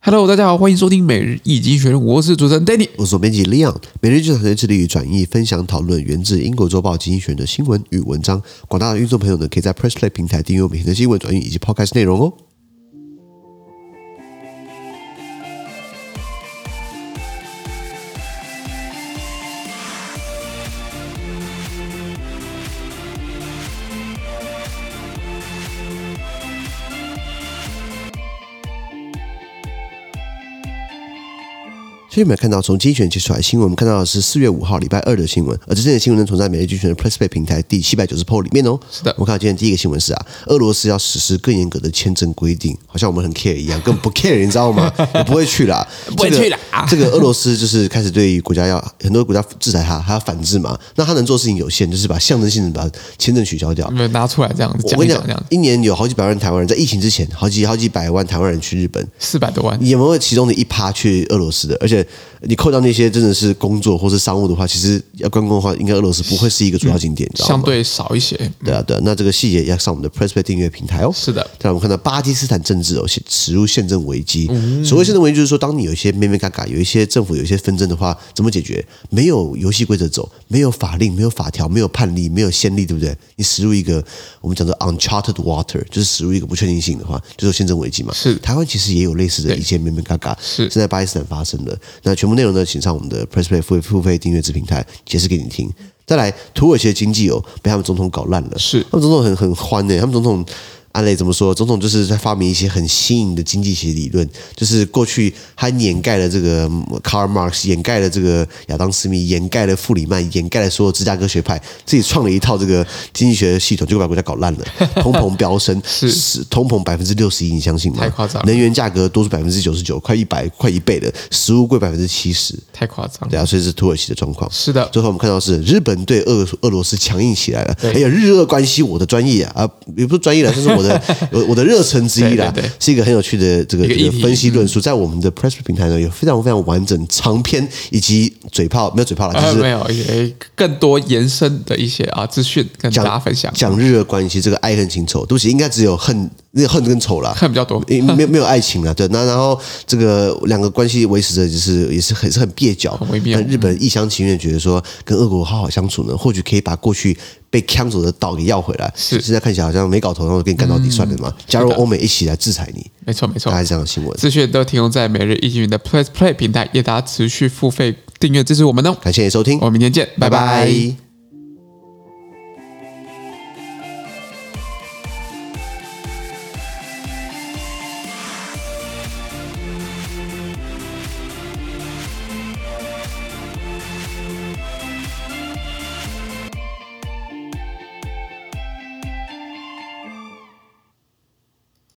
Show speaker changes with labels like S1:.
S1: Hello，大家好，欢迎收听每日易经学人，我是主持人 Danny。
S2: 我是总编辑 Leon，每日剧场在致力于转译、分享、讨论源自英国周报《精英选》的新闻与文章。广大的运作朋友呢，可以在 Press Play 平台订阅我们每天的新闻转译以及 Podcast 内容哦。所以我们看到从精选接出来的新闻，我们看到的是四月五号礼拜二的新闻，而这件的新闻呢，存在每日精选的 Press Play 平台第七百九十 p o 里面哦。是
S1: 的
S2: 我们看到今天第一个新闻是啊，俄罗斯要实施更严格的签证规定，好像我们很 care 一样，根本不 care，你知 道吗？也不会去啦，
S1: 不会去啦
S2: 这个、这个俄罗斯就是开始对国家要很多国家制裁他，他要反制嘛。那他能做的事情有限，就是把象征性的把签证取消掉
S1: 有。没有拿出来这样子
S2: 我
S1: 嗯讲
S2: 跟
S1: 一
S2: 你
S1: 讲？这样
S2: 讲，一年有好几百万台湾人在疫情之前，好几好几百万台湾人去日本，
S1: 四百多万，
S2: 有没有其中的一趴去俄罗斯的？而且你扣掉那些真的是工作或是商务的话，其实要观光的话，应该俄罗斯不会是一个主要景点，你知道
S1: 相
S2: 吗？
S1: 对少一些。
S2: 对啊，对啊，那这个细节要上我们的 Press Play 订阅平台哦。
S1: 是的，
S2: 但我们看到巴基斯坦政治哦，陷驶入宪政危机。
S1: 嗯
S2: 所谓宪政危机，就是说当你有一些咩咩嘎嘎，有一些政府有一些纷争的话，怎么解决？没有游戏规则走，没有法令，没有法条，没有判例，没有先例，对不对？你驶入一个我们讲的 uncharted water，就是驶入一个不确定性的话，就是宪政危机嘛。
S1: 是
S2: 台湾其实也有类似的一些咩咩嘎嘎，
S1: 是
S2: 正在巴基斯坦发生的。那全部内容呢，请上我们的 Press Play 付费付费订阅制平台解释给你听。再来，土耳其的经济哦被他们总统搞烂了，
S1: 是
S2: 他们总统很很欢欸呢、他们总统。安磊怎么说？总统就是在发明一些很新颖的经济学理论，就是过去他掩盖了这个嗯 Karl Marx，掩盖了这个亚当斯密，掩盖了弗里曼，掩盖了所有芝加哥学派，自己创了一套这个经济学的系统，结果把国家搞烂 了，通膨飙升，
S1: 是
S2: 是通膨百分之六十一，你相信吗？
S1: 太夸张了
S2: 能源价格多出百分之九十九，快一百，快一倍的，食物贵百分之七十，
S1: 太夸张。
S2: 对啊，所以是土耳其的状况。
S1: 是的，
S2: 最后我们看到的是日本对俄俄罗斯强硬起来了，
S1: 对
S2: 哎呀，日俄关系我的专业啊，啊也不是专业啦，这是我 的我我的热忱之一啦
S1: 对对对，
S2: 是一个很有趣的这个
S1: 一个
S2: 这
S1: 议
S2: 个
S1: 题嗯
S2: 分析论述，在我们的 Press 平台呢有非常非常完整长篇以及嘴炮没有嘴炮啦，
S1: 呃，
S2: 就是
S1: 没有，也更多延伸的一些啊资讯跟大家分享，
S2: 讲日俄关系这个爱恨情仇，对不起，应该只有恨那个恨跟仇啦，
S1: 看比较多。
S2: 因为没有没有爱情啊了，对。那然后这个两个关系维持着，就是也是很是很蹩脚，
S1: 很微妙
S2: 但日本一厢情愿觉得说跟俄国好好相处呢，或许可以把过去被抢走的岛给要回来。
S1: 是嗯
S2: 现在看起来好像没搞头，然后给你干到底算了嘛，加入欧美一起来制裁你，
S1: 没错，没错
S2: 大。概是这样的新闻。
S1: 资讯都提供在每日易经云的 Plus Play 平台，也大家持续付费订阅支持我们哦。
S2: 感谢你的收听，
S1: 我们明天见，拜拜
S2: 拜